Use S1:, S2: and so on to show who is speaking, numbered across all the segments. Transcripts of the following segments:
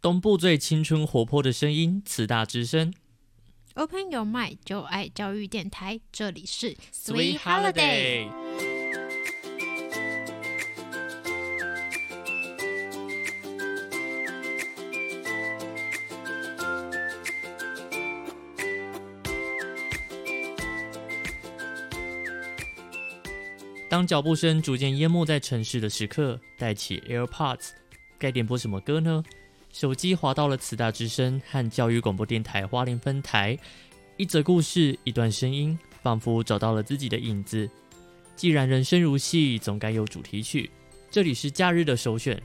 S1: 东部最青春活泼的声音，慈大之声。
S2: Open Your Mind，就爱教育电台，这里是
S1: Sweet Holiday。当脚步声逐渐淹没在城市的时刻，戴起 AirPods，该点播什么歌呢？手机滑到了慈大之声和教育广播电台花莲分台，一则故事，一段声音，仿佛找到了自己的影子。既然人生如戏，总该有主题曲。这里是假日的首选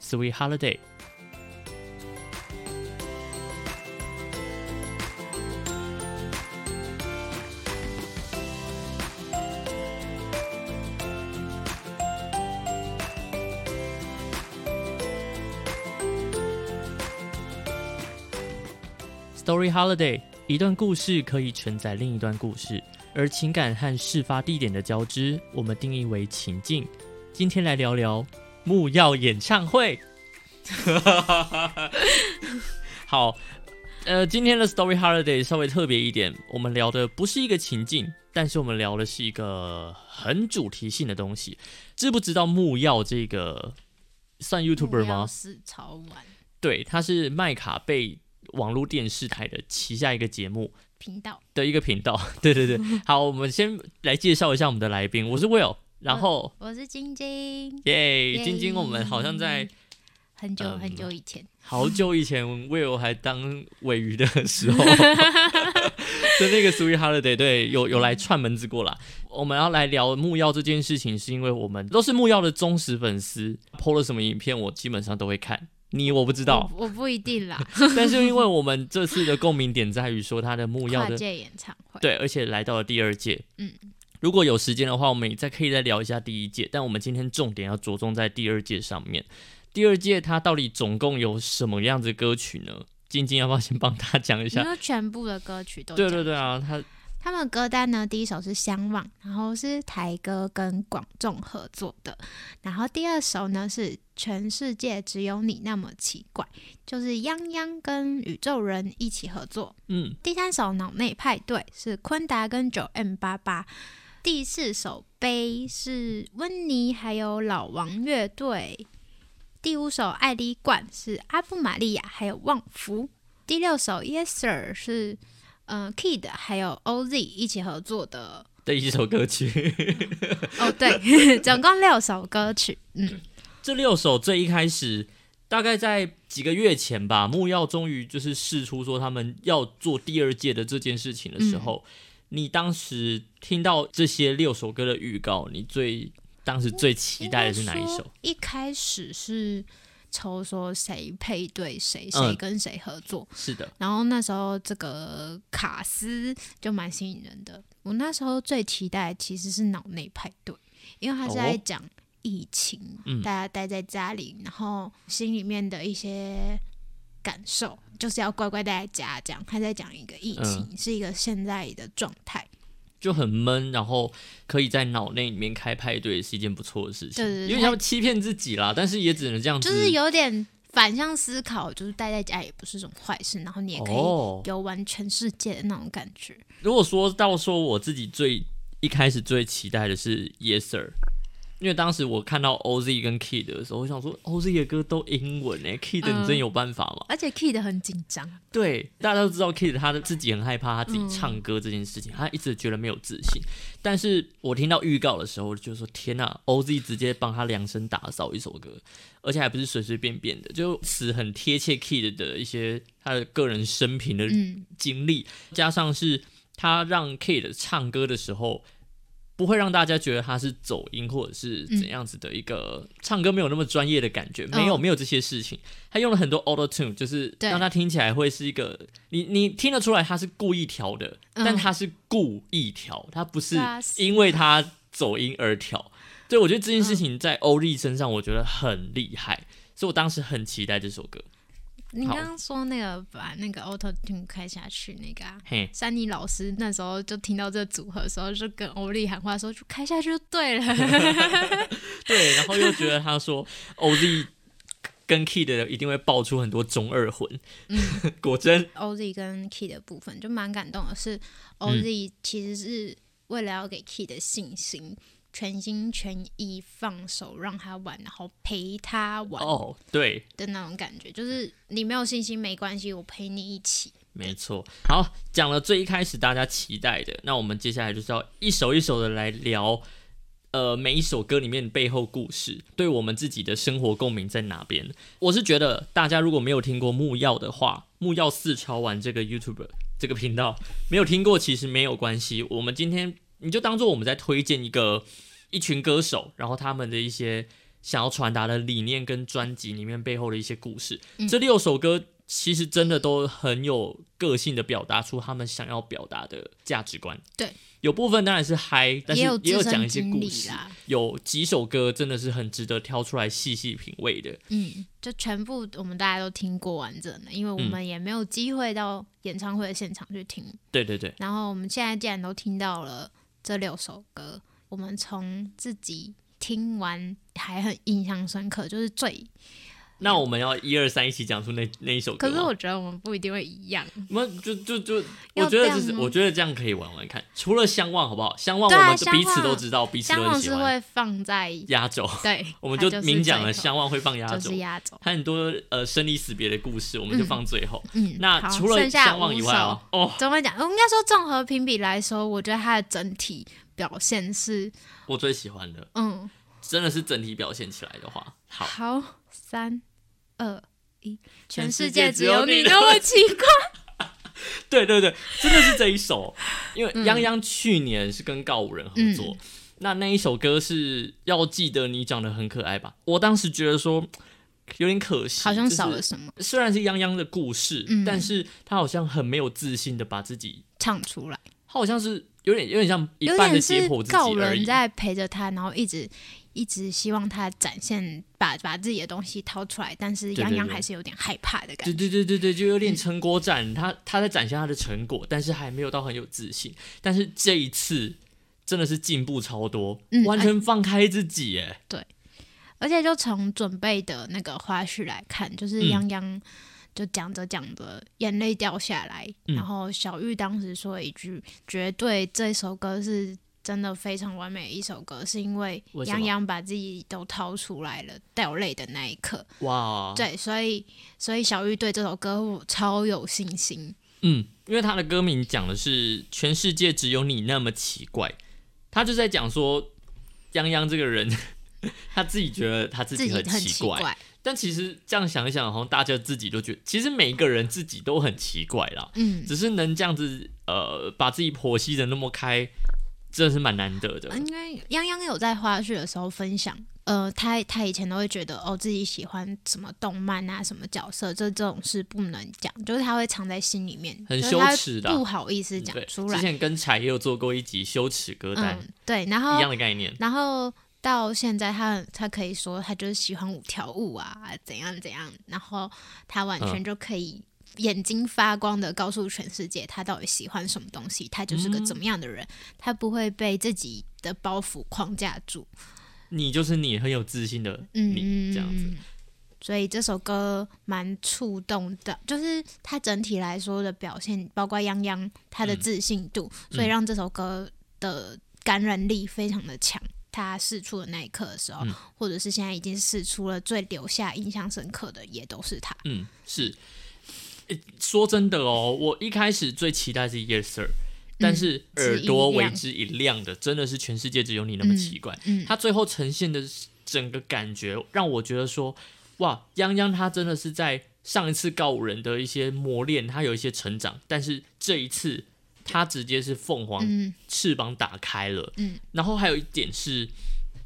S1: ，Sweet Holiday。Story Holiday，一段故事可以承载另一段故事，而情感和事发地点的交织，我们定义为情境。今天来聊聊木曜演唱会。好，呃，今天的 Story Holiday 稍微特别一点，我们聊的不是一个情境，但是我们聊的是一个很主题性的东西。知不知道木曜这个算 YouTuber 吗？
S2: 是超玩
S1: 对，它是麦卡贝网络电视台的旗下一个节目
S2: 频道，
S1: 的一个频道。 对对对，好，我们先来介绍一下我们的来宾，我是 Will，然后
S2: 我是晶晶，
S1: 耶，
S2: 耶
S1: 晶晶，我们好像在
S2: 很久
S1: 嗯
S2: 很久以前，
S1: 好久以前 Will 还当尾鱼的时候，就那个 Sweet Holiday，对，有有来串门子过啦。我们要来聊木曜这件事情，是因为我们都是木曜的忠实粉丝，PO 了什么影片，我基本上都会看。你我不知道，
S2: 我我不一定 啦，
S1: 但是因为我们这次的共鸣点在于说他的木曜
S2: 跨
S1: 的
S2: 界演唱会，
S1: 对，而且来到了第二届。
S2: 嗯，
S1: 如果有时间的话，我们也再可以再聊一下第一届，但我们今天重点要着重在第二届上面。第二届它到底总共有什么样子的歌曲呢？晶晶要不要先帮他讲一
S2: 你
S1: 下？
S2: 说全部的歌曲都
S1: 对
S2: 嗯讲
S1: 对对啊，他
S2: 他们歌单呢，第一首是《相望》，然后是台歌跟广众合作的，然后第二首呢是《全世界只有你那么奇怪》，就是泱泱跟宇宙人一起合作。
S1: 嗯，
S2: 第三首《脑内派对》是昆达跟九 M 八八，第四首《悲》是温妮还有老王乐队，第五首《爱丽冠》是阿布玛利亚还有旺福，第六首《Yes Sir》是嗯、呃 Kid 还有 OZ 一起合作的。
S1: 的一首歌曲，
S2: 哦， 对，总共六首歌曲。嗯，
S1: 这六首最一开始。大概在几个月前吧，木曜终于就是试出说他们要做第二届的这件事情的时
S2: 嗯
S1: 候，你当时听到这些六首歌的预告，你最当时最期待的是
S2: 嗯
S1: 哪一首？？
S2: 一开始是抽说谁配对谁，谁
S1: 嗯
S2: 跟谁合作。
S1: 是的，
S2: 然后那时候这个卡斯就蛮吸引人的。我那时候最期待其实是脑内派对，因为他是在
S1: 哦
S2: 讲疫情，
S1: 嗯
S2: 大家待在家里，然后心里面的一些感受，就是要乖乖待在家这样。他在讲一个疫情、是一个现在的状态，
S1: 就很闷，然后可以在脑内里面开派对是一件不错的事情，
S2: 对对对
S1: 因为他们欺骗自己啦，但是也只能这样子，
S2: 就是有点反向思考，就是待在家也不是什么坏事，然后你也可以
S1: 哦。
S2: 游玩全世界的那种感觉。
S1: 如果说到说我自己最一开始最期待的是 Yes Sir。因为当时我看到 OZ 跟 Kid 的时候，我想说 OZ 的歌都英文诶、k i d
S2: 嗯
S1: 你真有办法吗？
S2: 而且 Kid 很紧张，
S1: 对，大家都知道 Kid 他的自己很害怕他自己唱歌这件事情，他一直觉得没有自信。但是我听到预告的时候，我就说天呐、，OZ 直接帮他量身打造一首歌，而且还不是随随便便的，就词很贴切 Kid 的一些他的个人生平的
S2: 嗯，
S1: 经历，加上是他让 Kid 唱歌的时候。不会让大家觉得他是走音或者是怎样子的一个唱歌没有那么专业的感觉，没有
S2: 嗯
S1: 没有这些事情。他用了很多 auto tune，就是
S2: 对
S1: 让他听起来会是一个你你听得出来他是故意调的，
S2: 嗯
S1: 但他是故意调，他不是
S2: 对啊嗯是
S1: 因为他走音而调。对，我觉得这件事情在欧丽身上，我觉得很厉害，所以我当时很期待这首歌。
S2: 你
S1: 好
S2: 刚刚说那个把那个 Auto Tune 开下去那个啊，
S1: 嘿，
S2: 珊妮老师那时候就听到这组合的时候，就跟欧丽喊话说就 开下去就对了。
S1: 对，然后又觉得他说 OZ 哦跟 key 的一定会爆出很多中二魂。 果真，
S2: OZ 跟 Key 的部分，就蛮感动的
S1: 嗯
S2: 是，OZ 其实是为了要给 Key 的信心，全心全意放手让他玩，然后陪他玩
S1: 哦，对，
S2: 的那种感觉，就是你没有信心没关系，我陪你一起。
S1: 没错。好，讲了最一开始大家期待的，那我们接下来就是要一首一首的来聊，呃，每一首歌里面背后故事，对我们自己的生活共鸣在哪边？我是觉得大家如果没有听过木曜的话，木曜四超玩这个 YouTube 这个频道没有听过，其实没有关系。我们今天你就当做我们在推荐一个一群歌手，然后他们的一些想要传达的理念跟专辑里面背后的一些故事。
S2: 嗯
S1: 这六首歌其实真的都很有个性的表达出他们想要表达的价值观。
S2: 对，
S1: 有部分当然是嗨，但是
S2: 也有
S1: 也有
S2: 自身
S1: 讲一些
S2: 经
S1: 故
S2: 历
S1: 事。
S2: 啦，
S1: 有几首歌真的是很值得挑出来细细品味的。
S2: 嗯，就全部我们大家都听过完整的，因为我
S1: 嗯
S2: 们也没有机会到演唱会的现场去听。
S1: 对对对，
S2: 然后我们现在既然都听到了这六首歌，我们从自己听完还很印象深刻，就是最。
S1: 那我们要一二三一起讲出那那一首歌
S2: 可
S1: 吗。
S2: 是我觉得我们不一定会一样。
S1: 我们就就就，
S2: 要
S1: 我觉得
S2: 这样
S1: 就是
S2: 吗
S1: 我觉得这样可以玩玩看。除了相望好不好？相望
S2: 对
S1: 我
S2: 啊
S1: 们
S2: 相
S1: 彼此
S2: 望
S1: 都知道，彼此
S2: 相
S1: 都很
S2: 望
S1: 喜
S2: 是
S1: 欢
S2: 会放在
S1: 压轴，
S2: 对，
S1: 我们
S2: 它
S1: 就
S2: 就是
S1: 明讲了
S2: 最后
S1: 相望会放压
S2: 就
S1: 轴
S2: 是。压轴。
S1: 它很多呃生离死别的故事，我们就
S2: 嗯
S1: 放最后。
S2: 嗯，
S1: 那
S2: 好
S1: 除
S2: 剩
S1: 了
S2: 下
S1: 相望
S2: 五
S1: 以外
S2: 首
S1: 哦，哦，
S2: 怎么讲？我应该说综合评比来说，我觉得它的整体表现是
S1: 我最喜欢的
S2: 嗯
S1: 真的是整体表现起来的话，好，
S2: 好三二一，全
S1: 世
S2: 世
S1: 界
S2: 界
S1: 只
S2: 只
S1: 有
S2: 有
S1: 你
S2: 你
S1: 那
S2: 那么奇怪。
S1: 对对对，真的是这一首，因
S2: 嗯
S1: 为泱泱去年是跟告五人合作，那那一首歌是要记得你长得很可爱吧？我当时觉得说有点可惜，
S2: 好像
S1: 就是
S2: 少了什么，
S1: 虽然是泱泱的故事，
S2: 嗯
S1: 但是他好像很没有自信的把自己，
S2: 唱出来。
S1: 他好像是有点有点像一
S2: 有
S1: 半的
S2: 点
S1: 解
S2: 是
S1: 剖自
S2: 告
S1: 己而
S2: 人
S1: 已。
S2: 在陪着他，然后一直一直希望他展现把把自己的东西掏出来，但是
S1: 对
S2: 杨
S1: 对
S2: 洋
S1: 对
S2: 还是有点害怕的感
S1: 对
S2: 觉。
S1: 对对对对，就有点成果
S2: 嗯
S1: 展，他他在展现他的成果，但是还没有到很有自信。但是这一次真的是进步超多，
S2: 嗯
S1: 完全放开自己耶。
S2: 而且就从准备的那个花絮来看，就是
S1: 嗯
S2: 杨洋就讲着讲着眼泪掉下来，
S1: 嗯
S2: 然后小玉当时说一句：“绝对这首歌是。”真的非常完美的一首歌，是因为
S1: 为什么
S2: 杨洋把自己都掏出来了，掉泪的那一刻，
S1: 哇，
S2: 对，所以所以小玉对这首歌我超有信心，
S1: 嗯，因为他的歌名讲的是全世界只有你那么奇怪，他就在讲说泱泱这个人， 他自己觉得他自
S2: 自
S1: 己
S2: 己
S1: 很
S2: 很
S1: 奇怪，
S2: 怪，
S1: 但其实这样想一想，好像大家自己都觉得，其实每一个人自己都很奇怪啦，
S2: 嗯，
S1: 只是能这样子呃把自己剖析的那么开，真的是蛮难得的。
S2: 应该泱泱有在花絮的时候分享，呃，他他以前都会觉得哦，自己喜欢什么动漫啊，什么角色，这这种事不能讲，就是他会藏在心里面，
S1: 很
S2: 就是他
S1: 羞
S2: 会
S1: 耻的啊
S2: 不好意思讲
S1: 对，
S2: 出
S1: 之
S2: 来。
S1: 前跟柴也有做过一集羞耻歌单、
S2: 嗯，对，然
S1: 一
S2: 后
S1: 样的概念，
S2: 然后到现在他，他可以说他就是喜欢舞跳舞啊，怎样怎样，然后他完
S1: 嗯
S2: 全就可以眼睛发光的告诉全世界，他到底喜欢什么东西，他就是个
S1: 嗯
S2: 怎么样的人，他不会被自己的包袱框架住。
S1: 你就是你，很有自信的你、
S2: 嗯，
S1: 这样子。。
S2: 所以这首歌蛮触动的，就是它整体来说的表现，包括泱泱他
S1: 嗯
S2: 的自信度，所以让这首歌的感染力非常的强。他试出的那一刻的时候，
S1: 嗯
S2: 或者是现在已经试出了最留下印象深刻的，也都是他。
S1: 嗯，是。诶说真的哦，我一开始最期待是 Yes Sir，但是耳朵为之一亮的，真的是全世界只有你那么奇怪。
S2: 嗯
S1: 他最后呈现的整个感觉，让我觉得说，哇，泱泱他真的是在上一次告五人的一些磨练，他有一些成长，但是这一次他直接是凤凰
S2: 嗯
S1: 翅膀打开了。
S2: 嗯，
S1: 然后还有一点是，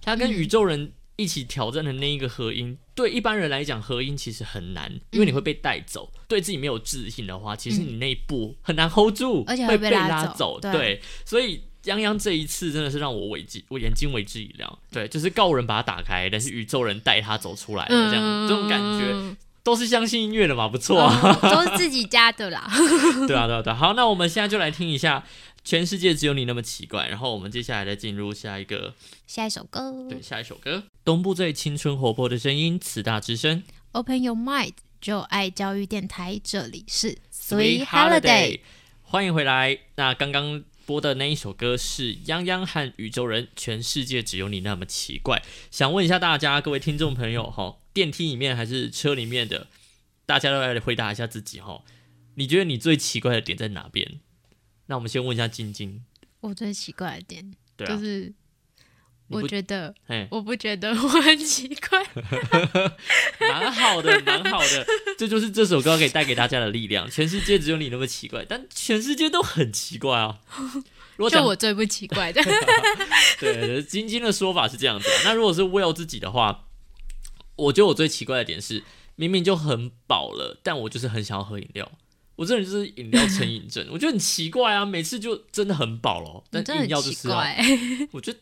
S1: 他跟宇宙人一起挑战的那一个合音，对一般人来讲，合音其实很难，因
S2: 嗯
S1: 为你会被带走。对自己没有自信的话，其实你那一步很难 hold 住，
S2: 而且
S1: 会
S2: 会被
S1: 拉
S2: 拉走
S1: 对
S2: 对
S1: 所以。泱泱这一次真的是让我为之，我眼睛为之一亮。对，就是告人把他打开，但是宇宙人带他走出来了，哎这样、这种感觉
S2: 嗯
S1: 都是相信音乐的嘛，不错啊。
S2: 都是自己家的啦。
S1: 对啊，对啊，对啊。好，那我们现在就来听一下《全世界只有你那么奇怪》，然后我们接下来再进入下一个，
S2: 下一首歌，
S1: 对，下一首歌。东部最青春活泼的声音，慈大之声。
S2: Open Your Mind，就爱教育电台，这里是
S1: Sweet Holiday，欢迎回来。那刚刚播的那一首歌是泱泱和宇宙人，全世界只有你那么奇怪。想问一下大家，各位听众朋友哈，电梯里面还是车里面的，大家都来回答一下自己哈。你觉得你最奇怪的点在哪边？那我们先问一下晶晶，
S2: 我最奇怪的点、
S1: 对
S2: 就
S1: 啊，
S2: 是，
S1: 你
S2: 我
S1: 不
S2: 觉得
S1: 哎，
S2: 我不觉得 我很奇怪。
S1: 蛮好的，蛮好的，这就是这首歌可以带给大家的力量。全世界只有你那么奇怪，但全世界都很奇怪 啊。如果
S2: 就
S1: 讲
S2: 我最不奇 怪的，
S1: 对，晶晶的说法是这样子、啊。那如果是 Will 自己的话，我觉得我最奇怪的点是，明明就很饱了，但我就是很想要喝饮料。我这人就是饮料成瘾症，我觉得很奇怪啊，每次就真的很饱了，但
S2: 你真的
S1: 饮料
S2: 很
S1: 就
S2: 奇
S1: 是要，啊
S2: 怪。
S1: 我觉得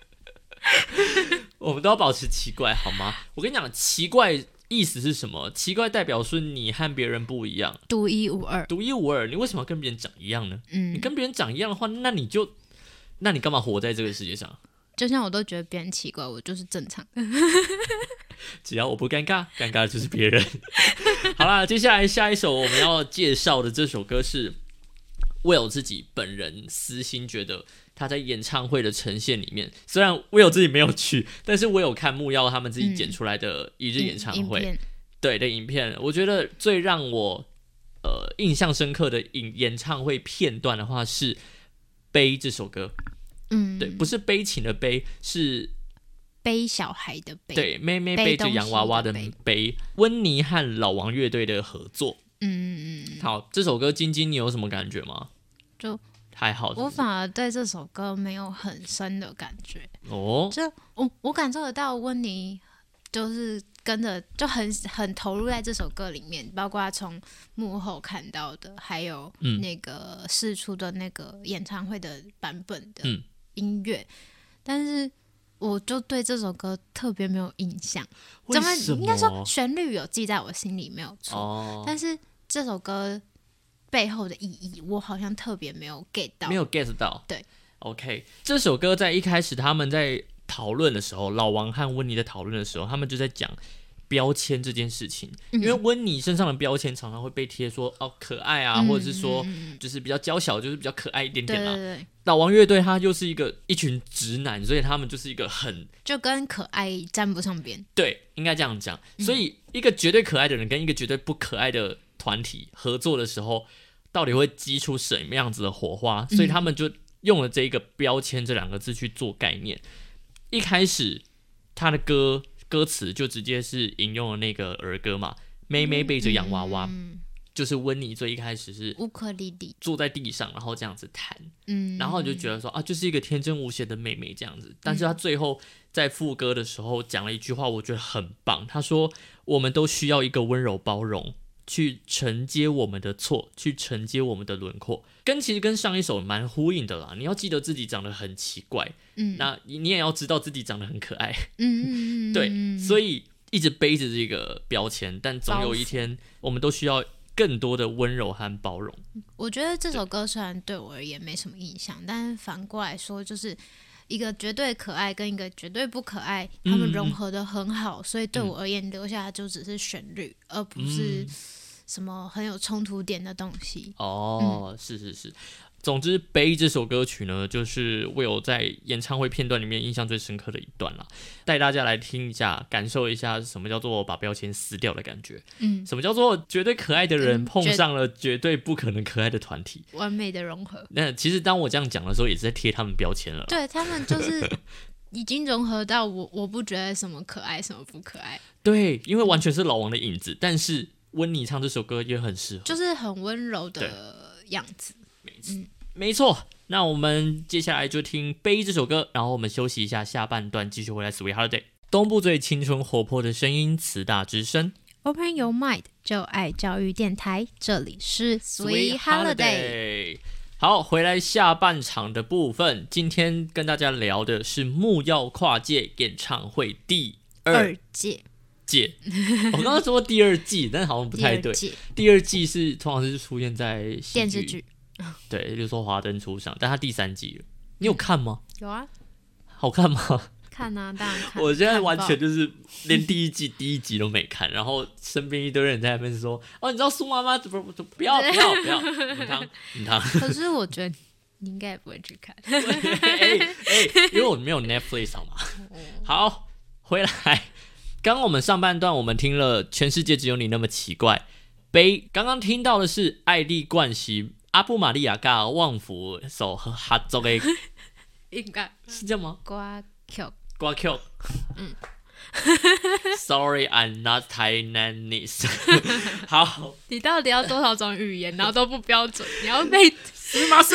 S1: 我们都要保持奇怪好吗？我跟你讲，奇怪意思是什么？奇怪代表说你和别人不一样，
S2: 独一无二。
S1: 独一无二。你为什么要跟别人长一样呢？你
S2: 嗯，
S1: 跟别人长一样的话，那你就，那你干嘛活在这个世界上？
S2: 就像我都觉得别人奇怪，我就是正常的。
S1: 只要我不尴尬，尴尬的就是别人。 好啦，接下来下一首我们要介绍的这首歌是 Will 自己本人私心觉得他在演唱会的呈现里面，虽然 Will 自己没有去，但是我有看木曜他们自己剪出来的一日演唱
S2: 嗯影
S1: 会，
S2: 片
S1: 对的影片，我觉得最让我呃印象深刻的影演唱会片段的话是《悲》这首歌，
S2: 嗯，
S1: 对，不是悲情的悲，是
S2: 背小孩的背，，
S1: 对，妹妹
S2: 背
S1: 背着
S2: 东
S1: 洋
S2: 西
S1: 娃娃
S2: 的
S1: 的
S2: 背
S1: 背，温妮和老王乐队的合作。
S2: 嗯 嗯嗯，
S1: 好，这首歌晶晶，你有什么感觉吗？
S2: 就
S1: 还好是
S2: 我
S1: 不是，
S2: 反而对这首歌没有很深的感觉，
S1: 哦，
S2: 就我我感受得到温妮就是跟着就很很投入在这首歌里面，包括从幕后看到的，还有
S1: 嗯
S2: 那个试出的那个演唱会的版本的
S1: 嗯
S2: 音乐，但是我就对这首歌特别没有印象。
S1: 为
S2: 怎么
S1: 什么？
S2: 应该说旋律有记在我心里没有错，
S1: 哦，
S2: 但是这首歌背后的意义，我好像特别没有 get 到。
S1: 没有 get 到。
S2: 对
S1: ，OK，这首歌在一开始他们在讨论的时候，老王和温妮在讨论的时候，他们就在讲标签这件事情，
S2: 嗯
S1: 因为温妮身上的标签常常会被贴说哦可爱啊，
S2: 嗯
S1: 或者是说就是比较娇小，就是比较可爱一点
S2: 对
S1: 点
S2: 对
S1: 啦。
S2: 对，
S1: 老王乐队他就是一个一群直男，所以他们就是一个很
S2: 就跟可爱沾不上边。
S1: 对，应该这样讲。所以一个绝对可爱的人跟一个绝对不可爱的团体合作的时候，到底会激出什么样子的火花？所以他们就用了这一个标签这两个字去做概念。一开始他的歌歌词就直接是引用了那个儿歌嘛，妹妹背着洋娃娃，
S2: 嗯，
S1: 就是温妮最一开始是
S2: 乌克丽丽，
S1: 坐在地上，然后这样子弹。
S2: 嗯，嗯
S1: 然后你就觉得说啊，就是一个天真无邪的妹妹这样子。但是她最后在副歌的时候讲了一句话，我觉得很棒。她说：“我们都需要一个温柔包容，去承接我们的错，去承接我们的轮廓。”跟其实跟上一首蛮呼应的啦。你要记得自己长得很奇怪，
S2: 嗯，
S1: 那你你也要知道自己长得很可爱。
S2: 嗯嗯嗯，
S1: 对，所
S2: 以
S1: 以一直背着这个标签，但总有一
S2: 包袱
S1: 天我们都需要更多的温柔和包容。
S2: 我觉得这首歌虽然对我而言没什么印象，但是反过来说，就是一个绝对可爱跟一个绝对不可爱，他们
S1: 嗯嗯
S2: 融合的很好，所以对我而言留下的就只是旋律，而不
S1: 嗯
S2: 是什么很有冲突点的东西。
S1: 哦，
S2: 嗯
S1: 是是是。总之，《悲》这首歌曲呢，就是我有在演唱会片段里面印象最深刻的一段啦，带大家来听一下，感受一下什么叫做把标签撕掉的感觉，
S2: 嗯，
S1: 什么叫做绝对可爱的人
S2: 嗯
S1: 碰
S2: 绝
S1: 上了绝对不可能可爱的团体。
S2: 完美的融 合，
S1: 那其实当我这样讲的时候，也是在贴他们标签了啦。
S2: 对他们就是已经融合到我，我不觉得什么可爱，什么不可爱，
S1: 对，因为完全是老王的影子，但是温妮唱这首歌也很适合。
S2: 就是很温柔的样子。
S1: 没错，那我们接下来就听《悲》这首歌，然后我们休息一下，下半段继续回来 Sweet Holiday。东部最青春活泼的声音，慈大之声
S2: Open Your Mind，就爱教育电台，这里是 Sweet Holiday。
S1: Holiday。好，回来下半场的部分，今天跟大家聊的是木曜跨界演唱会第二
S2: 二届，
S1: 届。 我刚刚说第二季，但好像不
S2: 第
S1: 太
S2: 二
S1: 对。
S2: 届
S1: 第二季是通常是出现在戏
S2: 电视，剧
S1: 对，比如说《华灯初上》，但它第三季了，你有看吗？
S2: 有啊，
S1: 好看吗？
S2: 看啊，当然 看。
S1: 我现在
S2: 看
S1: 完
S2: 爆
S1: 全就是连第一季第一集都没 看，然后身边一堆人在那边说：“哦，你知道苏妈妈怎么怎么不要不要不要，你 汤你汤。
S2: 可是我觉得你应该也不会去看。
S1: 哎哎，因为我没有 Netflix 好吗？
S2: 嗯
S1: 好，回来。刚刚我们上半段我们听了《全世界只有你那么奇怪》，悲。刚刚听到的是艾丽冠希、阿布玛利亚嘎、旺福手和哈周的，
S2: 应该
S1: 是这样吗？
S2: 瓜 Q
S1: 挂 Q。嗯。Sorry, I'm not Taiwanese 。好，
S2: 你到底要多少种语言，然后都不标准？你要被
S1: 司马师。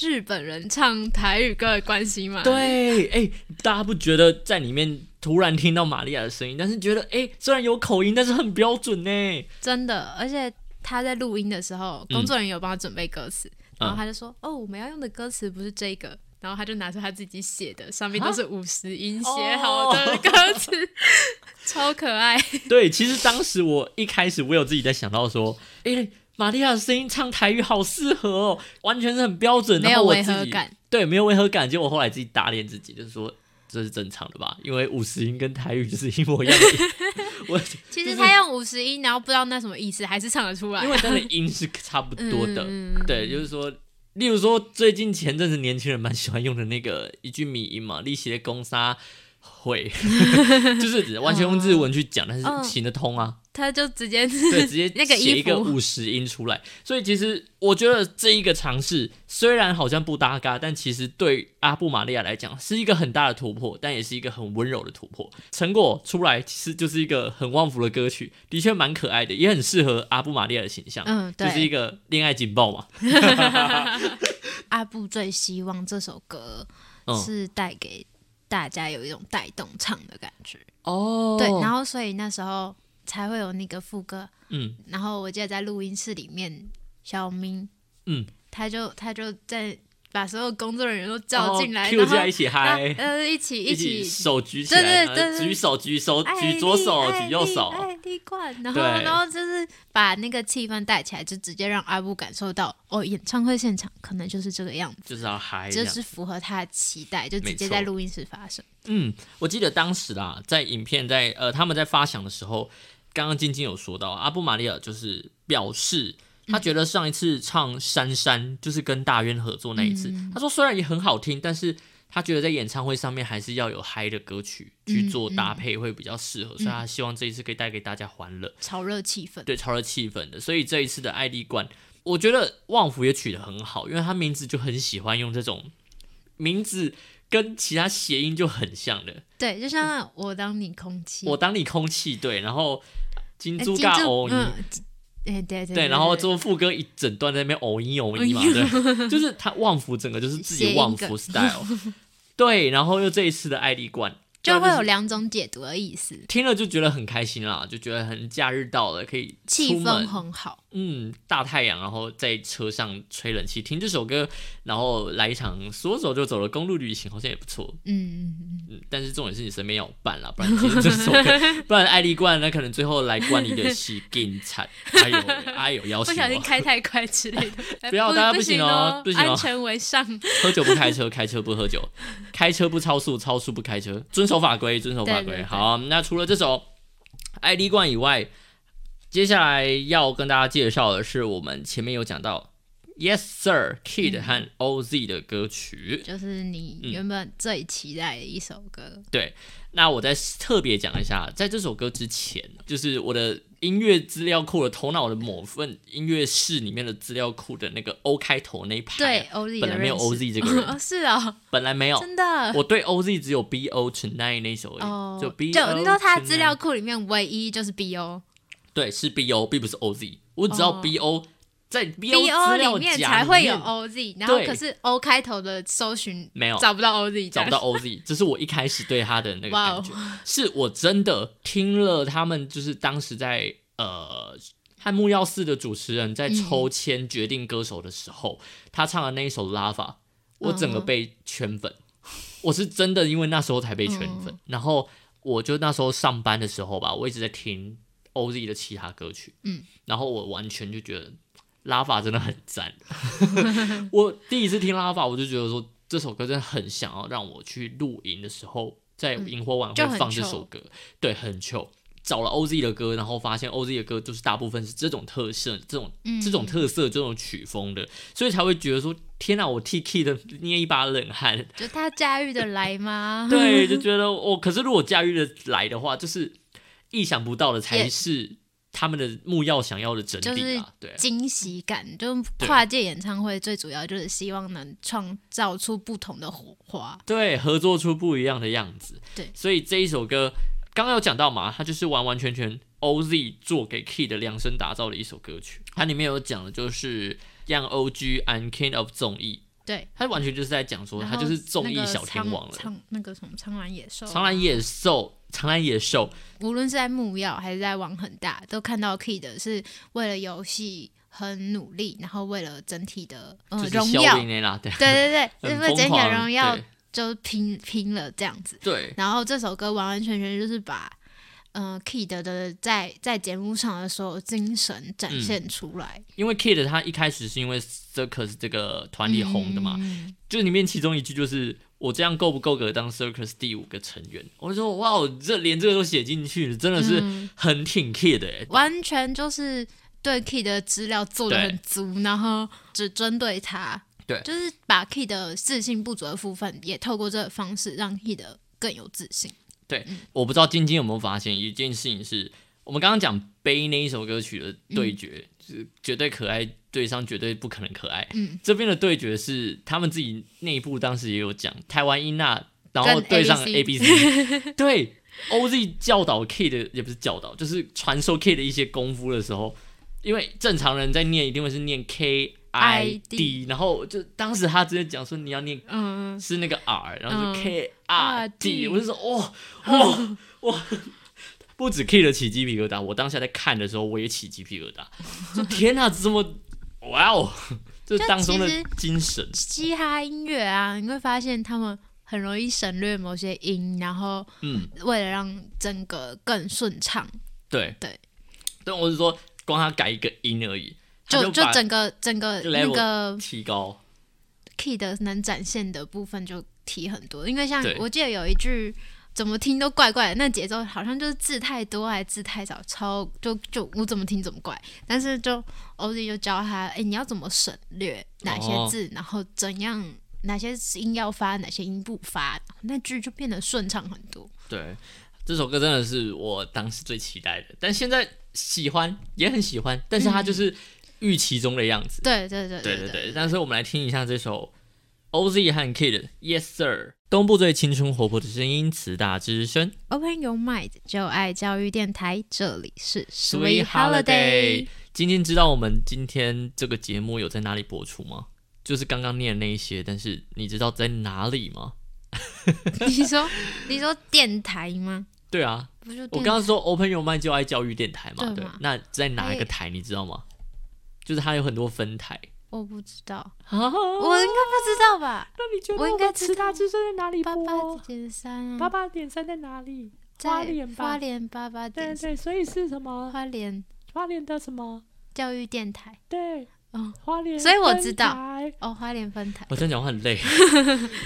S2: 日本人唱台语歌的关系吗？，
S1: 对，哎、大家不觉得在里面突然听到玛利亚的声音，但是觉得哎、虽然有口音，但是很标准呢。
S2: 真的，而且他在录音的时候，工作人员有帮他准备歌词，然后他就说：“哦，我们要用的歌词不是这个。”然后他就拿出他自己写的，上面都是五十音写好的歌词，超可爱。
S1: 对，其实当时我一开始我有自己在想到说，哎、玛利亚的声音唱台语好适合哦，完全是很标准，
S2: 没有
S1: 然后我
S2: 违和
S1: 自己
S2: 感，
S1: 对，没有违和感。结果后来自己打脸自己，就是说这是正常的吧，因为五十音跟台语就是一模一样的 音。我
S2: 其实他用五十音，然后不知道那什么意思，还是唱得出来
S1: 因。为它的音是差不多的，
S2: 嗯嗯嗯
S1: 对，就是说，例如说最近前阵子年轻人蛮喜欢用的那个一句迷音嘛，利息的攻杀会， 就是指完全用日文去讲，但
S2: 嗯
S1: 是行得通啊，
S2: 他就直接
S1: 对，直接
S2: 那个
S1: 写
S2: 衣
S1: 一个
S2: 服
S1: 五十音出来。所以其实我觉得这一个尝试虽然好像不搭嘎，但其实对阿布玛利亚来讲是一个很大的突破，但也是一个很温柔的突破。成果出来其实就是一个很旺福的歌曲，的确蛮可爱的，也很适合阿布玛利亚的形象。
S2: 嗯，
S1: 就是一
S2: 对。
S1: 个恋爱警报嘛。
S2: 阿布最希望这首歌
S1: 嗯，
S2: 是带给大家有一种带动唱的感觉。
S1: 哦
S2: 对，然后所以那时候才会有那个副歌。
S1: 嗯，
S2: 然后我记得在录音室里面，小明，
S1: 嗯，
S2: 他就他就在把所有工作人员都叫进来，
S1: 哦 Q
S2: 然后
S1: 家一起
S2: 然后
S1: 嗨，
S2: 呃一起
S1: 一
S2: 起哎
S1: 手举起来，
S2: 对对对
S1: 然后
S2: 对
S1: 举手举手
S2: 爱
S1: 举
S2: 丽
S1: 左手
S2: 爱
S1: 举右
S2: 丽
S1: 手，
S2: 爱丽冠，哎然后
S1: 对
S2: 然后就是把那个气氛带起来，就直接让阿布感受到哦，演唱会现场可能就是这个样子，
S1: 就是要嗨这
S2: 就
S1: 样。
S2: 是符合他的期待，就直
S1: 没
S2: 接
S1: 错
S2: 在录音室发生。
S1: 嗯，我记得当时啦，在影片在呃他们在发响的时候，刚刚晶晶有说到阿布玛利亚就是表示。他觉得上一次唱《珊珊》就是跟大渊合作那一次，他说虽然也很好听，但是他觉得在演唱会上面还是要有嗨的歌曲去做搭配会比较适合，所以他希望这一次可以带给大家欢乐。
S2: 炒热气氛，
S1: 对，超热气氛的。所以这一次的艾丽冠，我觉得旺福也取得很好，因为他名字就很喜欢用这种名字跟其他谐音就很像的。
S2: 对，就像我当你空气，
S1: 我当你空气对，然后金
S2: 嗯哎
S1: 猪
S2: 金
S1: 尬
S2: 柱
S1: 欧尼。
S2: 嗯，哎对对哎
S1: 对，然后做副歌一整段在那边偶一偶一嘛，对，就是他旺福整个就是自
S2: 谐
S1: 己
S2: 音
S1: 旺
S2: 梗
S1: 福 style，对，然后又这一次的艾丽冠，
S2: 就会
S1: 对
S2: 有两种解读的意思，
S1: 听了就觉得很开心啦，就觉得很假日到了，可以
S2: 气
S1: 出
S2: 氛
S1: 门
S2: 很好，
S1: 嗯，大太阳，然后在车上吹冷气，听这首歌，然后来一场说走就走的公路旅行，好像也不错。
S2: 嗯嗯
S1: 嗯，但是重点是你身边要有伴啦，不然听这首 歌，不然艾丽冠那可能最后来冠你的是警 察。哎呦，哎呦，要
S2: 嗯，不
S1: 死
S2: 小心
S1: 哦！
S2: 开太快之类 的，哎
S1: 不要大家
S2: 不
S1: 不行哦
S2: 哦，
S1: 不行哦
S2: 安全为上，
S1: 喝酒不开车，开车不喝酒，开车不超速，超速不开车，遵守法规，遵守法
S2: 对对
S1: 规。
S2: 对
S1: 好，那除了这首艾丽冠以外，接下来要跟大家介绍的是我们前面有讲到 Yes Sir Kid 和 OZ 的歌曲。
S2: 就是你原本最期待的一首歌，
S1: 那我再特别讲一下，在这首歌之前，就是我的音乐资料库的头脑的某份音乐室里面的资料库的那个 O 开头那一排，啊
S2: 对，OZ
S1: 本来
S2: 的
S1: 没有
S2: 认识
S1: OZ 这个人
S2: 哦，是哦，
S1: 本来没有。
S2: 真的
S1: 我对 OZ 只有 BO Tonight 那一首而已，
S2: 哦，
S1: 就 BO。
S2: 你说他的资料库里面唯一就是 BO，
S1: 对，是 B O，并不是 O Z。我只
S2: 哦
S1: 要 B O，、在 B O
S2: BO
S1: 资料
S2: 里面
S1: 夹
S2: 才会
S1: 里
S2: 有哦
S1: 面
S2: OZ，然后
S1: 对
S2: 可是 O 开头的搜寻
S1: 没有
S2: 找不到 OZ，
S1: 找不到 O Z，这是 我一开始对他的那个
S2: 哇哦
S1: 感觉。是我真的听了他们就是当时在呃汉木耀寺的主持人在抽签决定歌手的时候，他唱的那一首《Lava》，我整个
S2: 嗯
S1: 被圈粉。我是真的因为那时候才被圈
S2: 嗯
S1: 粉，然后我就那时候上班的时候吧，我一直在听 OZ 的其他歌曲，
S2: 嗯，
S1: 然后我完全就觉得。拉法真的很赞， 我第一次听拉法，我就觉得说这首歌真的很想要让我去露营的时候在萤火晚
S2: 嗯就
S1: 会
S2: 很
S1: 放这
S2: 糗
S1: 首歌，对，很糗。找了 OZ 的歌，然后发现 OZ 的歌就是大部分是这种特色、这种
S2: 嗯
S1: 这种特色、这种曲风的，所以才会觉得说，天哪、我替 Key 的捏一把冷汗。
S2: 就他驾驭的来 吗？
S1: 对，就觉得哦，可是如果驾驭的来的话，就是意想不到的才
S2: 也
S1: 是他们的木曜想要的整
S2: 就
S1: 体
S2: 是
S1: 啊，对。
S2: 惊喜感，就跨界演唱会最主要就是希望能创造出不同的火花。
S1: 对，合作出不一样的样子。
S2: 对
S1: 所以这一首歌刚刚有讲到嘛，它就是完完全全 OZ 做给 Key 的量身打造的一首歌曲。它里面有讲的就是让 OG and King of 综艺，
S2: 对，
S1: 它完全就是在讲说
S2: 然
S1: 哦他
S2: 后
S1: 就是综艺
S2: 那个
S1: 小天王了。
S2: 苍苍那个什么苍兰野兽，
S1: 长兰野兽，长兰野兽，
S2: 无论是在木曜还是在网很大，都看到 Key 的是为了游戏很努力，然后为了整体的呃
S1: 就是
S2: 荣
S1: 肖
S2: 耀，
S1: 林啦，对，
S2: 对对对，
S1: 很
S2: 因为
S1: 疯
S2: 整体的
S1: 狂，
S2: 荣耀
S1: 对
S2: 就拼拼了这样子。
S1: 对
S2: 然后这首歌完完全全就是把呃 Kid 的在在节目上的所有精神展现出来，
S1: 因为 Kid 他一开始是因为 Circus 这个团体红的嘛，
S2: 嗯
S1: 就里面其中一句就是“我这样够不够格当 Circus 第五个成员？”我就说：“哇，这连这个都写进去，真的是
S2: 嗯
S1: 很挺 kid 的、欸。
S2: 完全就是对 Kid 的资料做的
S1: 对
S2: 很足，然后只针对他，
S1: 对
S2: 就是把 Kid 的自信不足的部分，也透过这个方式让 Kid 更有自信。
S1: 我不知道晶晶有没有发现一件事情是，我们刚刚讲《悲》那一首歌曲的对决，就是绝对可爱对上绝对不可能可爱。
S2: 嗯，
S1: 这边的对决是他们自己内部当时也有讲，台湾英娜，然后
S2: 跟
S1: 对上 A B
S2: ABC
S1: C，对 OZ 教导 K 的也不是教导，就是传授 K 的一些功夫的时候，因为正常人在念一定会是念 K I D，
S2: ID
S1: 然后就当时他直接讲说你要念
S2: 嗯，
S1: 是那个 R，然后是
S2: 嗯
S1: K R D，、
S2: RD
S1: 我就说哇哇 哇，不止 K 的起鸡皮疙瘩，我当下在看的时候我也起鸡皮疙瘩，就天哪、这么哇 哦，这
S2: 就
S1: 当中的
S2: 其实
S1: 精神，
S2: 嘻哈音乐啊，你会发现他们很容易省略某些音，然后
S1: 嗯，
S2: 为了让整个更顺畅，
S1: 对
S2: 对，
S1: 但我是说光他改一个音而已，他
S2: 就就
S1: 把
S2: 整个整个
S1: 就
S2: 那
S1: level
S2: 个
S1: 提高，
S2: key 的能展现的部分就提很多，因为像
S1: 对
S2: 我记得有一句。怎么听都怪怪的，那节奏好像就是字太多还是字太少，超就就我怎么听怎么怪。但是就 OZ 就教他，哎、你要怎么省略哪些
S1: 哦
S2: 字，然后怎样哪些音要发，哪些音不发，那句就变得顺畅很多。
S1: 对，这首歌真的是我当时最期待的，但现在喜欢也很喜欢，但是
S2: 嗯
S1: 它就是预期中的样子。
S2: 对对对
S1: 对
S2: 对
S1: 对对，但是我们来听一下这首 OZ 和 Kid Yes Sir，东部最青春活泼的声音，慈大之声。
S2: Open Your Mind，就爱教育电台，这里是
S1: Sweet Holiday。今天知道我们今天这个节目有在哪里播出吗？就是刚刚念的那一些，但是你知道在哪里吗？
S2: 你说你说电台吗？
S1: 对啊，
S2: 不就
S1: 我
S2: 电
S1: 刚刚说 Open Your Mind 就爱教育电台嘛，
S2: 对
S1: 对
S2: 嘛，
S1: 那在哪一个
S2: 哎
S1: 台你知道吗？就是它有很多分台。
S2: 我不知道，
S1: 啊，
S2: 我应该不知道吧？
S1: 那你觉
S2: 我应该知道
S1: 之声在哪里
S2: 八八点三啊，
S1: 八点三在哪里？
S2: 在
S1: 花莲吧
S2: 花莲八八点三，
S1: 对，所以是什么？
S2: 花莲
S1: 花莲的什么？
S2: 教育电台
S1: 对，
S2: 哦
S1: 花莲
S2: 所以我知道分哦，花莲 分台，
S1: 我这样讲话很累。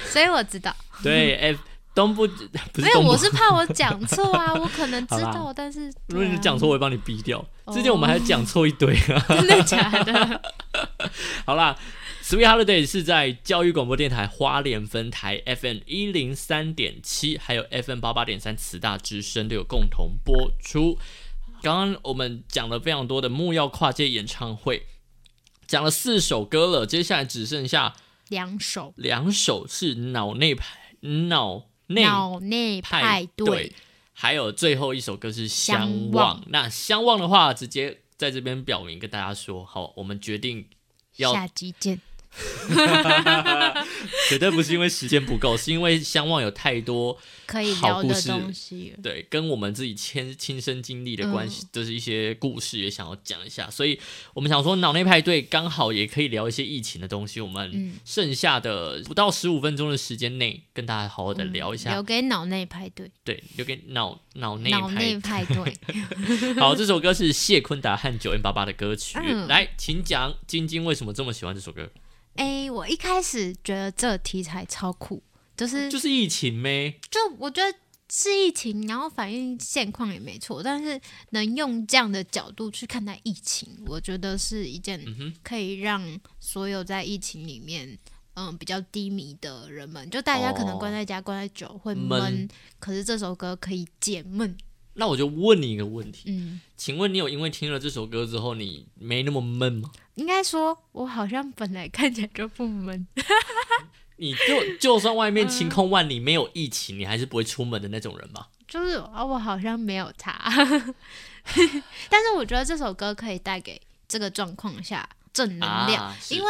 S2: 所以我知道，
S1: 对， 哎，东部不是
S2: 因为
S1: 东部
S2: 我，是怕我讲错 啊，我可能知
S1: 好
S2: 道，但是
S1: 如果你讲错，，我会帮你逼掉。
S2: 哦
S1: 之前我们还讲错一堆啊。
S2: 对啊真的假的？
S1: 好啦，Sweet Holiday 是在教育广播电台花莲分台 FM 一零三点七，还有 FM 八八点三慈大之声都有共同播出。刚刚我们讲了非常多的木曜跨界演唱会，讲了四首歌了，接下来只剩下
S2: 两首
S1: 两首是脑内派脑内
S2: 脑内
S1: 派
S2: 派对，
S1: 还有最后一首歌是《
S2: 相
S1: 相
S2: 望
S1: 望》。那《相望》的话，直接在这边表明跟大家说，好，我们决定要
S2: 下集见。
S1: 绝对不是因为时间不够，是因为《相望》有太多
S2: 可以
S1: 好
S2: 聊
S1: 故
S2: 的
S1: 事
S2: 东西了。
S1: 对跟我们自己亲亲身经历的关系，
S2: 嗯
S1: 就是一些故事也想要讲一下，所以我们想说脑内派对刚好也可以聊一些疫情的东西。我们
S2: 嗯
S1: 剩下的不到十五分钟的时间内，跟大家好好
S2: 嗯
S1: 的聊一下，
S2: 留给脑内派对，
S1: 对，留给脑脑内
S2: 脑
S1: 派
S2: 内派 对，
S1: 好，这首歌是谢坤达和九 N 八八的歌曲。
S2: 嗯
S1: 来，请讲晶晶为什么这么喜欢这首歌？
S2: 哎、我一开始觉得这个题材超酷，就是
S1: 就
S2: 就是
S1: 疫情呗。
S2: 我觉得是疫情，然后反映现况也没错，但是能用这样的角度去看待疫情，我觉得是一件
S1: 嗯哼，
S2: 可以让所有在疫情里面。嗯，比较低迷的人们，就大家可能
S1: 哦
S2: 关在家、关在久会
S1: 闷
S2: 闷，可是这首歌可以解闷。
S1: 那我就问你一个问题，
S2: 嗯，
S1: 请问你有因为听了这首歌之后，你没那么闷吗？
S2: 应该说，我好像本来看起来就不闷。
S1: 你就就算外
S2: 嗯
S1: 面晴空万里，没有疫情，你还是不会出门的那种人吧？
S2: 就是啊，我好像没有差， 但是我觉得这首歌可以带给这个状况下正能量，
S1: 啊，是
S2: 因为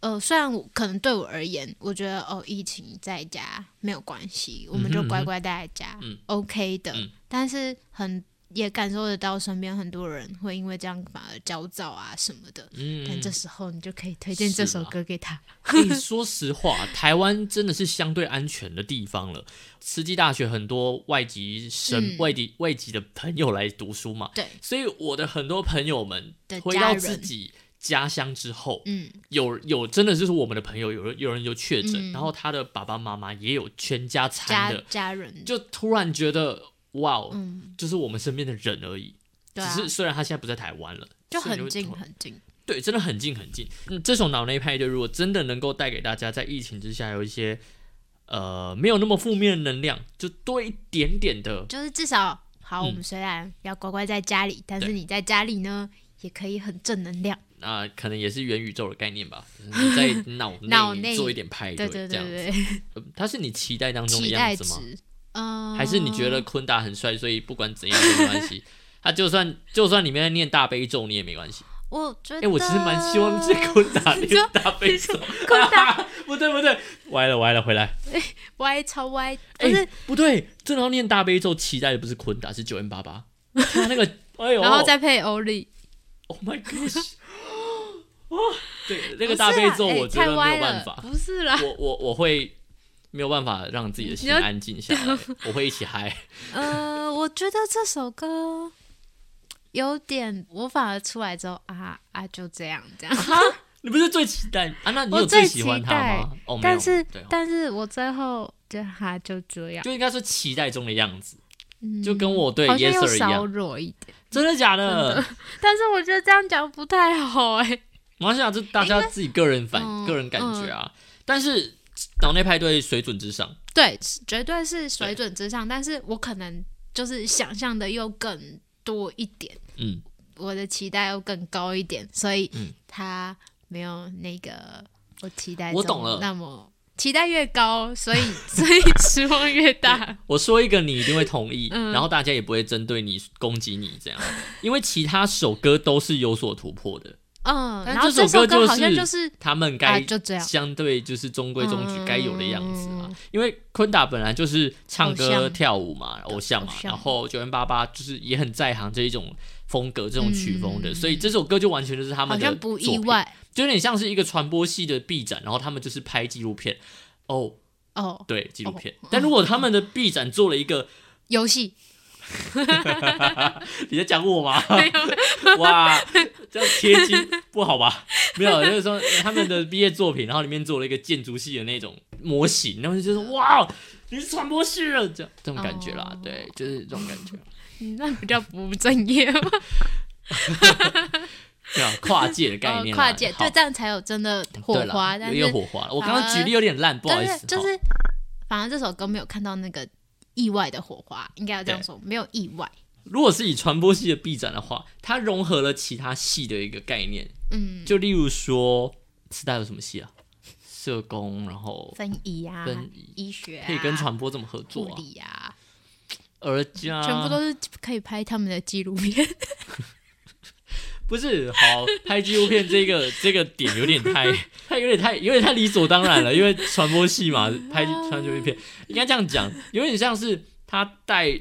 S2: 呃，虽然我可能对我而言，我觉得哦，疫情在家没有关系，我们就
S1: 嗯哼
S2: 乖乖待在家、
S1: 嗯
S2: o k 的，
S1: 嗯
S2: 但是很也感受得到身边很多人会因为这样反而焦躁啊什么的。
S1: 嗯，
S2: 但这时候你就可以推荐这首歌给他，
S1: 欸、说实话，台湾真的是相对安全的地方了。慈济大学很多外籍生、
S2: 嗯
S1: 外地、外籍的朋友来读书嘛，
S2: 对
S1: 所以我的很多朋友们
S2: 的
S1: 回
S2: 家
S1: 到
S2: 人
S1: 自己家乡之后，
S2: 嗯，
S1: 有有真的就是我们的朋友，有人有人就确诊，
S2: 嗯
S1: 然后他的爸爸妈妈也有全家
S2: 家
S1: 餐的，
S2: 家人，
S1: 就突然觉得哇哦，
S2: 嗯，
S1: 就是我们身边的人而已。
S2: 对啊
S1: 只，是虽然他现在不在台湾了，
S2: 就
S1: 所以
S2: 很
S1: 你会
S2: 近啊
S1: 突然
S2: 很近，
S1: 对，真的很近很近。嗯，这首脑内派对如果真的能够带给大家在疫情之下有一些呃没有那么负面的能量，就多一点点的，
S2: 就是至少好，
S1: 嗯
S2: 我们虽然要乖乖在家里，但是你在家里呢，也可以很正能量。
S1: 那、啊可能也是元宇宙的概念吧，就是 你在脑
S2: 脑
S1: 内
S2: 内
S1: 做一点派
S2: 对
S1: 对，这
S2: 对对
S1: 样子。
S2: 对 对，
S1: 呃它是你期待当中的
S2: 期
S1: 样
S2: 待
S1: 子吗？
S2: 值，嗯，
S1: 还是你觉得昆达很帅，所以不管怎样都没关系？ 他就算就算里面在念大悲咒，你也没关系。
S2: 呃我觉得，
S1: 哎、我其实蛮希望是昆达念
S2: 说
S1: 大悲咒。
S2: 昆达
S1: 不对不对，歪了歪了，回来。
S2: 歪超 歪，不
S1: 哎、
S2: 是，
S1: 不对，正要念大悲咒，期待的不是昆达，是九 N 八八。他 那个，哎呦，
S2: 然后再配欧力，
S1: ，Oh my gosh，哦，对，那
S2: 那
S1: 个大悲咒，我觉得
S2: 哎太
S1: 没
S2: 歪
S1: 有
S2: 了，
S1: 办法，
S2: 不是啦，
S1: 我我我会没有办法让自己的
S2: 你
S1: 心
S2: 要
S1: 安静下 来，我会一起嗨。
S2: 呃，我觉得这首歌有点，我反而出来之后啊啊就这样 这样，
S1: 你不是最期待啊？那你
S2: 我
S1: 有
S2: 最
S1: 喜欢
S2: 期
S1: 他吗？哦，没有
S2: 但是
S1: 对哦
S2: 但是我最后就哈就这样，
S1: 就应该说期待中的样子，
S2: 嗯
S1: 就跟我对
S2: 好像
S1: Yes
S2: 又
S1: sir 一
S2: 少
S1: 样，
S2: 弱一点，
S1: 真的假的？
S2: 但是我觉得这样讲不太好哎、
S1: 马来西亚这大家自己个人反、
S2: 嗯
S1: 个人感觉啊，但是岛内派对水准之上，
S2: 对，是绝对是水准之上，但是我可能就是想象的又更多一点，
S1: 嗯，
S2: 我的期待又更高一点，所以
S1: 嗯
S2: 它没有那个我期待
S1: 我
S2: 中
S1: 懂了
S2: 那么期待越高，所以 所以失望越大。
S1: 我说一个你一定会同意，
S2: 嗯
S1: 然后大家也不会针对你攻击你 这样，因为其他首歌都是有所突破的，
S2: 嗯，
S1: 但
S2: 然后
S1: 这首
S2: 这首
S1: 歌
S2: 歌
S1: 就
S2: 好像
S1: 是
S2: 就是
S1: 他们
S2: 啊，
S1: 该
S2: 就这样，
S1: 相对就是中规中矩
S2: 嗯
S1: 该有的样子啊。因为昆达本来就是唱
S2: 偶
S1: 歌
S2: 像
S1: 跳舞嘛，偶像嘛
S2: 偶，像
S1: 然后九零八八就是也很在行这一种风格、这种曲风的，
S2: 嗯
S1: 所以这首歌就完全就是他
S2: 好
S1: 们的
S2: 像不
S1: 作
S2: 意
S1: 品
S2: 外
S1: 就有点像是一个传播系的 B 展，然后他们就是拍纪录片。哦，
S2: 哦。
S1: 对，纪录片。但如果他们的 B 展做了一个，
S2: 游戏
S1: 你在讲我 吗？ 哇，这样贴金不好吧？ 没有，就是说呃他们的毕业作品，然后里面做了一个建筑系的那种模型，然后就是哇，你是传播系了，这样这种感觉啦
S2: 哦
S1: 对，就是这种感觉，
S2: 嗯那比较不务正业吧，
S1: 对啊，跨界的 概
S2: 哦
S1: 念啦、
S2: 跨界
S1: 好
S2: 对，这样才有真的火
S1: 对啦
S2: 花。但
S1: 有
S2: 是
S1: 有火花。我刚刚举例有点烂，不好意
S2: 但
S1: 思，
S2: 是就
S1: 好
S2: 是，反正这首歌没有看到那个意外的火花，应该要这样
S1: 对
S2: 说，没有意外。
S1: 如果是以传播系的 B 展的话，它融合了其他系的一个概念，
S2: 嗯，
S1: 就例如说，师大有什么系啊？社工，然后
S2: 分仪啊，
S1: 分仪
S2: 医学、啊、
S1: 可以跟传播怎么合作
S2: 护
S1: 啊？
S2: 理啊，
S1: 而家
S2: 全部都是可以拍他们的纪录片。
S1: 不是好拍纪录片这个这个点有点太 太有点太有点太理所当然了，因为传播系嘛，拍传播片应该这样讲，有点像是他带。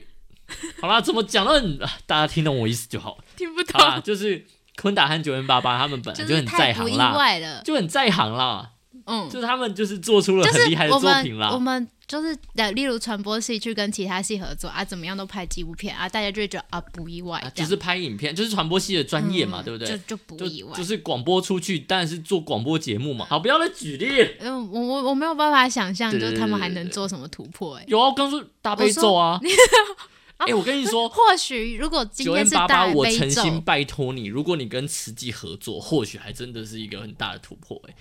S1: 好啦，怎么讲都很， 大家听懂我意思就好。
S2: 听不
S1: 好 啦，就是昆达和九零八八他们本来
S2: 就
S1: 就
S2: 是
S1: 很在
S2: 太不
S1: 行
S2: 意
S1: 啦，
S2: 外了。
S1: 就很在行啦。
S2: 嗯，
S1: 就他们就是做出了
S2: 就是
S1: 很厉害的
S2: 我
S1: 作
S2: 们
S1: 品啦。
S2: 我们就是呃，例如传播系去跟其他系合作啊，怎么样都拍纪录片啊，大家就会觉得啊不意外
S1: 啊，就
S2: 这样，
S1: 是拍影片，就是传播系的专业嘛，
S2: 嗯
S1: 对不
S2: 就
S1: 对？
S2: 就不
S1: 就
S2: 意外
S1: 就。是广播出去，当然是做广播节目嘛。好，不要再举例了。
S2: 嗯，我我我没有办法想象，
S1: 对
S2: 就是他们还
S1: 对对
S2: 能做什么突破哎、
S1: 有啊，我刚说大悲咒啊。 哎、我跟你说，
S2: 或许如果 今
S1: 九
S2: 天
S1: 零
S2: 是
S1: 八八，
S2: 大
S1: 我
S2: 悲
S1: 诚心
S2: 咒，
S1: 拜托你，如果你跟慈济合作，或许还真的是一个很大的突破、哎，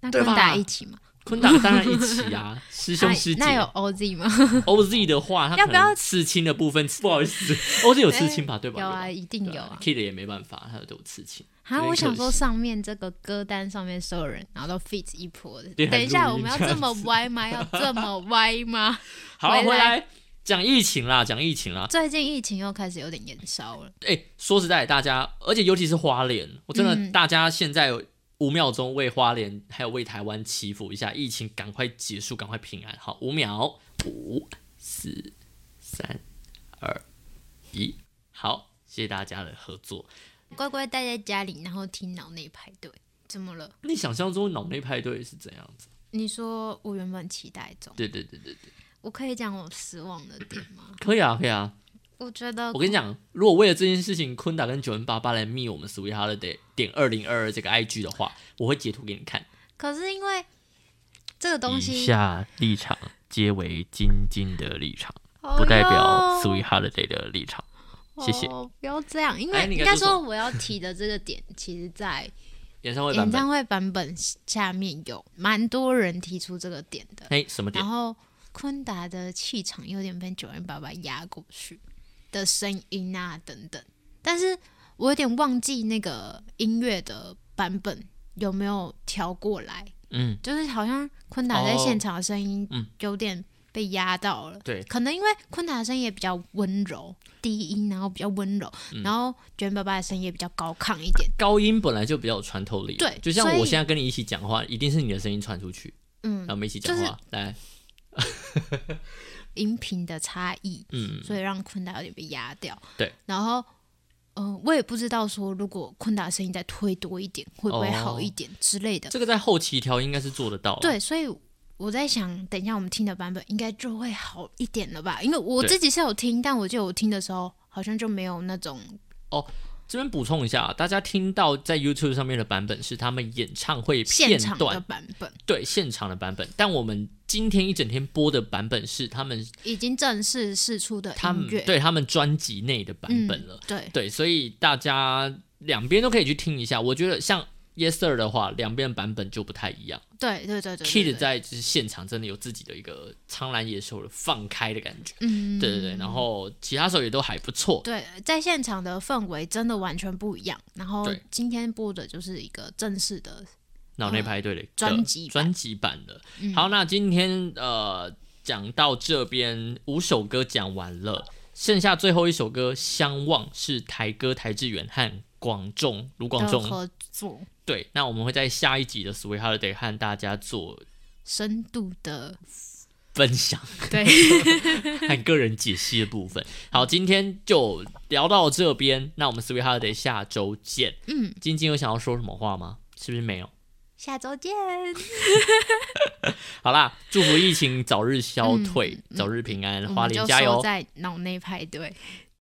S2: 那
S1: 对
S2: 跟
S1: 吧
S2: 大一起嘛？
S1: 坤达当然一起啊， 师兄
S2: 哎
S1: 师姐。
S2: 那有 OZ 吗？
S1: OZ 的话，他
S2: 要
S1: 可
S2: 不要
S1: 能刺青的部分，不好意 思，OZ 有刺青吧？对吧？
S2: 有啊，
S1: 对吧，
S2: 一定
S1: 对
S2: 有
S1: 啊
S2: 啊。
S1: ，Kid 也没办法，他都有刺青。
S2: 啊，
S1: 有点
S2: 我想
S1: 可
S2: 说
S1: 惜
S2: 上面这个歌单上面所有人，然后都 fit 一波的。
S1: 对
S2: 等一下，
S1: 还录
S2: 我
S1: 音
S2: 们要
S1: 这样
S2: 这么歪吗？要这么歪吗？
S1: 好，
S2: 回来
S1: 回来讲疫情啦，讲疫情啦。
S2: 最近疫情又开始有点延烧了。
S1: 哎、说实在，大家，而且尤其是花莲，我真的，
S2: 嗯
S1: 大家现在有五秒钟为花莲还有为台湾祈福一下，疫情赶快结束，赶快平安。好，五秒，五、四、三、二、一，好，谢谢大家的合作。
S2: 乖乖待在家里，然后听脑内排队，怎么了？
S1: 你想象中脑内派对是怎样子？
S2: 你说我原本期待中，
S1: 对对对对对，
S2: 我可以讲我失望的点吗？
S1: 可以啊，可以啊。
S2: 我觉得
S1: 我跟你讲，如果为了这件事情，坤达跟九零八八来密我们 Sweet Holiday 点二零二二这个 IG 的话，我会截图给你看。
S2: 可是因为这个东西，
S1: 下立场皆为晶晶的立场，
S2: 哦哟
S1: Holiday 的立场。谢谢
S2: 哦不要这样，因为
S1: 哎你
S2: 应
S1: 该
S2: 该
S1: 说什
S2: 说我要提的这个点， 其实在
S1: 演唱会版
S2: 演
S1: 本，
S2: 唱会版本下面有蛮多人提出这个点的，
S1: 哎，什么点
S2: 然？后昆达的气场有点被九零八八压过去的声音啊等等，但是我有点忘记那个音乐的版本有没有调过来，
S1: 嗯，
S2: 就是好像昆达在
S1: 哦
S2: 现场的声音
S1: 嗯
S2: 有点被压到了。
S1: 对，
S2: 可能因为昆达的声音也比较温柔，低音然后比较温柔，
S1: 嗯
S2: 然后九零八八的声音也比较高亢一点。
S1: 高音本来就比较有穿透力，
S2: 对
S1: 就像
S2: 所以
S1: 我现在跟你一起讲话，一定是你的声音传出去，
S2: 嗯
S1: 然，后我们一起讲
S2: 就是
S1: 话，来，
S2: 音频的差异，
S1: 嗯，
S2: 所以让昆达有点被压掉。
S1: 对，
S2: 然后，嗯、我也不知道说如果昆达声音再推多一点，会不会好一点之类的。
S1: 这哦个在后期调应该是做得到，，
S2: 对，所以我在想，等一下我们听的版本应该就会好一点了吧？因为我
S1: 对
S2: 自己是有听，但我记得我听的时候好像就没有那种
S1: 这边补充一下，大家听到在 YouTube 上面的版本是他们演唱会片
S2: 现场的
S1: 段，
S2: 版本，
S1: 对现场的版本。但我们今天一整天播的版本是他们
S2: 已经正式试出的
S1: 他
S2: 音
S1: 们
S2: 乐
S1: 对他们专辑内的版本了。
S2: 嗯、对，
S1: 对，所以大家两边都可以去听一下。我觉得像 Yes Sir 的话，两边的版本就不太一样。
S2: 对对对对
S1: Kid
S2: 对，
S1: 在就是现场真的有自己的一个苍兰野兽的放开的感觉。
S2: 嗯，
S1: 对对对，然后其他手也都还不错。
S2: 对，在现场的氛围真的完全不一样。然后
S1: 对
S2: 今天播的就是一个正式的，
S1: 脑内派对的
S2: 嗯专辑版嗯
S1: 专辑版的。好，那今天呃讲到这边五首歌讲完了，剩下最后一首歌《相望》是台歌台志远和广众卢广
S2: 的
S1: 仲。
S2: 合作，
S1: 对，那我们会在下一集的 Sweet Holiday 和大家做
S2: 深度的，
S1: 分享
S2: 对，
S1: 和个人解析的部分。好，今天就聊到这边，那我们 Sweet Holiday 下周见。
S2: 嗯，
S1: 晶晶有想要说什么话吗？是不是没有？
S2: 下周见，
S1: 嗯好啦，祝福疫情早日消退，早日平安，
S2: 嗯我
S1: 花
S2: 们
S1: 莲
S2: 就
S1: 加
S2: 说
S1: 油！
S2: 在脑内派对，